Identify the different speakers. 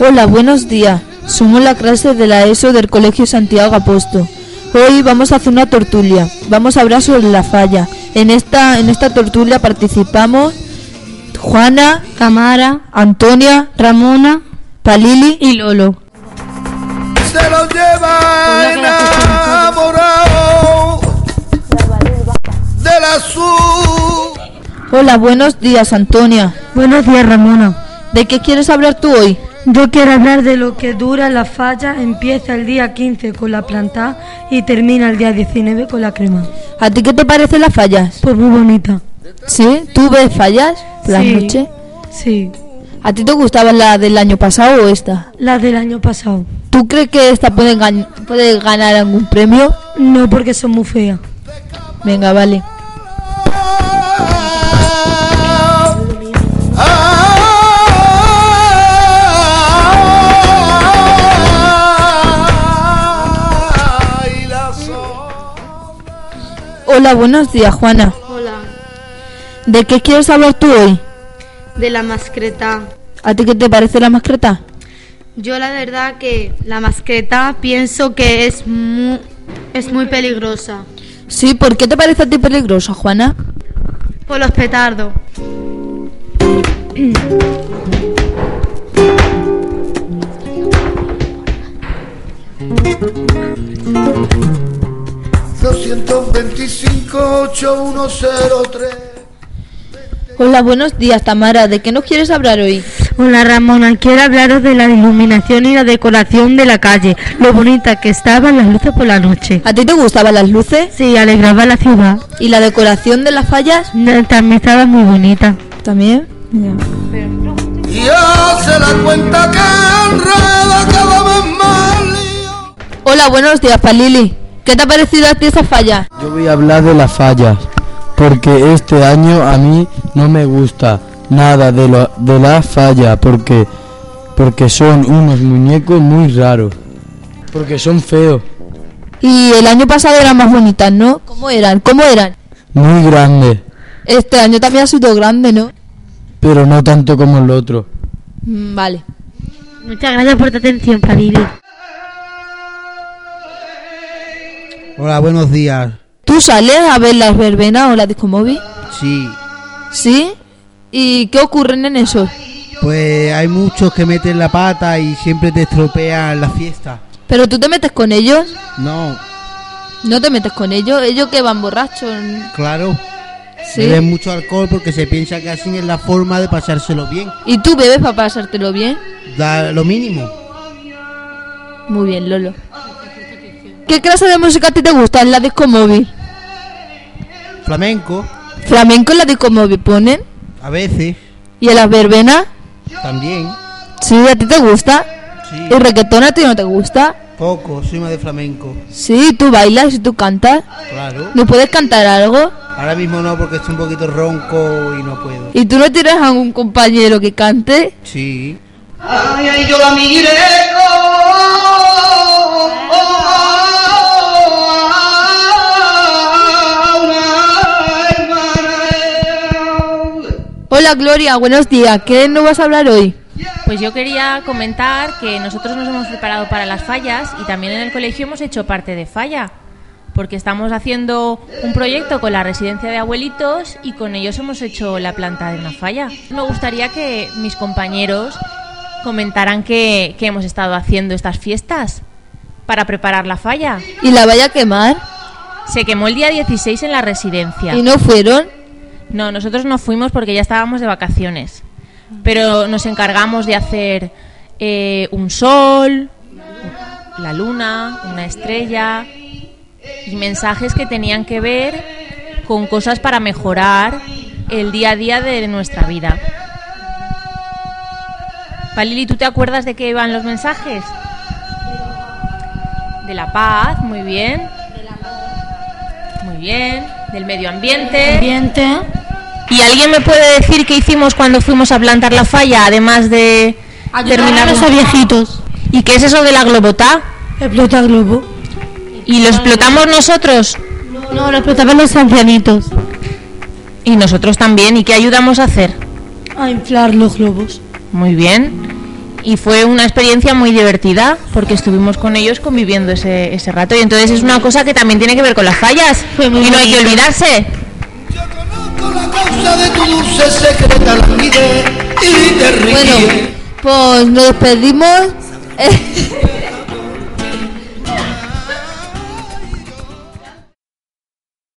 Speaker 1: Hola, buenos días. Somos la clase de la ESO del Colegio Santiago Aposto. Hoy vamos a hacer una tortulia. Vamos a hablar sobre la falla. En esta, en esta tortulia participamos Juana,
Speaker 2: Camara,
Speaker 1: Antonia,
Speaker 2: Ramona
Speaker 1: Palili
Speaker 2: y Lolo.
Speaker 3: Se los lleva enamorado del azul.
Speaker 1: Hola, buenos días, Antonia.
Speaker 4: Buenos días, Ramona.
Speaker 1: ¿De qué quieres hablar tú hoy?
Speaker 4: Yo quiero hablar de lo que dura la falla. Empieza el día 15 con la planta y termina el día 19 con la crema.
Speaker 1: ¿A ti qué te parecen las fallas?
Speaker 4: Pues muy bonita.
Speaker 1: ¿Sí? ¿Tú ves fallas por las
Speaker 4: Sí.
Speaker 1: noches?
Speaker 4: Sí.
Speaker 1: ¿A ti te gustaba la del año pasado o esta?
Speaker 4: Las del año pasado.
Speaker 1: ¿Tú crees que esta puede, gan- puede ganar algún premio?
Speaker 4: No porque son muy feas.
Speaker 1: Venga, vale.
Speaker 3: Ay, la sombra.
Speaker 1: Hola, buenos días, Juana.
Speaker 5: Hola,
Speaker 1: ¿De qué quieres hablar tú hoy?
Speaker 5: de la mascleta.
Speaker 1: ¿A ti qué te parece la mascleta?
Speaker 5: Yo la verdad que la mascleta pienso que es muy, es muy peligrosa.
Speaker 1: Sí, ¿por qué te parece a ti peligrosa, Juana?
Speaker 5: Por los petardos.
Speaker 3: ...225-8103
Speaker 1: Hola, buenos días, Tamara. ¿De qué nos quieres hablar hoy?
Speaker 4: Hola, Ramona. Quiero hablaros de la iluminación y la decoración de la calle. Lo bonita que estaban las luces por la noche.
Speaker 1: ¿A ti te gustaban las luces
Speaker 4: Sí, alegraba la ciudad.
Speaker 1: y la decoración de las fallas?
Speaker 4: También estaba muy bonita.
Speaker 1: También.
Speaker 3: Y hace la cuenta que enreda cada vez más lío.
Speaker 1: Hola, buenos días, Palili. ¿Qué te ha parecido a ti esa falla?
Speaker 6: Yo voy a hablar de las fallas, porque este año a mí no me gusta nada de, lo- de las fallas, porque, porque son unos muñecos muy raros, porque son feos,
Speaker 1: Y el año pasado eran más bonitas, ¿no? ¿Cómo eran? ¿Cómo eran?
Speaker 6: muy grandes,
Speaker 1: Este año también ha sido grande, ¿no?
Speaker 6: pero no tanto como el otro.
Speaker 1: Mm, Vale.
Speaker 2: Muchas gracias por tu atención, Palili.
Speaker 7: Hola, buenos días.
Speaker 1: ¿Tú sales a ver las verbenas o las discomóvil?
Speaker 7: Sí,
Speaker 1: ¿Sí? ¿Y qué ocurren en eso?
Speaker 7: pues hay muchos que meten la pata y siempre te estropean la fiesta.
Speaker 1: ¿Pero tú te metes con ellos?
Speaker 7: No,
Speaker 1: ¿No te metes con ellos? ¿Ellos que van borrachos?
Speaker 7: claro,
Speaker 1: ¿Sí?
Speaker 7: beben mucho alcohol porque se piensa que así es la forma de pasárselo bien.
Speaker 1: ¿Y tú bebes para pasártelo bien?
Speaker 7: Da lo mínimo.
Speaker 1: Muy bien, Lolo. ¿Qué clase de música a ti te gusta en la discomóvil?
Speaker 7: Flamenco,
Speaker 1: ¿Flamenco en la discomóvil ponen?
Speaker 7: a veces,
Speaker 1: ¿Y en las verbenas?
Speaker 7: también.
Speaker 1: Sí, a ti te gusta.
Speaker 7: Sí,
Speaker 1: ¿Y reggaetón a ti no te gusta?
Speaker 7: poco, soy más de flamenco,
Speaker 1: Sí, tú bailas y tú cantas.
Speaker 7: claro.
Speaker 1: ¿No puedes cantar algo?
Speaker 7: Ahora mismo no porque estoy un poquito ronco y no puedo.
Speaker 1: ¿Y tú no tienes a un compañero que cante?
Speaker 7: Sí,
Speaker 3: Ay, ay, yo la miré como una hermana.
Speaker 1: Hola Gloria, buenos días. ¿Qué nos vas a hablar hoy?
Speaker 8: Pues yo quería comentar que nosotros nos hemos preparado para las fallas y también en el colegio hemos hecho parte de falla, porque estamos haciendo un proyecto con la residencia de abuelitos y con ellos hemos hecho la planta de una falla. Me gustaría que mis compañeros comentaran qué, qué hemos estado haciendo estas fiestas para preparar la falla.
Speaker 1: ¿Y la vaya a quemar?
Speaker 8: Se quemó el día 16 en la residencia.
Speaker 1: ¿Y no fueron?
Speaker 8: No, nosotros no fuimos porque ya estábamos de vacaciones. Pero nos encargamos de hacer eh, un sol, la luna, una estrella y mensajes que tenían que ver con cosas para mejorar el día a día de nuestra vida. Palili, ¿tú te acuerdas de qué iban los mensajes? De la paz, muy bien. Muy bien. Del medio ambiente.
Speaker 2: Ambiente.
Speaker 8: ¿Y alguien me puede decir qué hicimos cuando fuimos a plantar la falla, además de terminar
Speaker 2: Terminamos a viejitos.
Speaker 8: ¿Y qué es eso de la globota?
Speaker 4: explota globo.
Speaker 8: ¿Y lo explotamos nosotros?
Speaker 2: No, lo explotaban los ancianitos.
Speaker 8: Y nosotros también. ¿Y qué ayudamos a hacer?
Speaker 4: A inflar los globos.
Speaker 8: Muy bien. Y fue una experiencia muy divertida porque estuvimos con ellos conviviendo ese, ese rato. Y entonces es una cosa que también tiene que ver con las fallas.
Speaker 2: Fue muy
Speaker 8: y no hay que
Speaker 2: bonito.
Speaker 8: olvidarse.
Speaker 3: Con la causa de tu dulce secreta la olvidé y te ríes.
Speaker 1: Bueno, pues nos despedimos.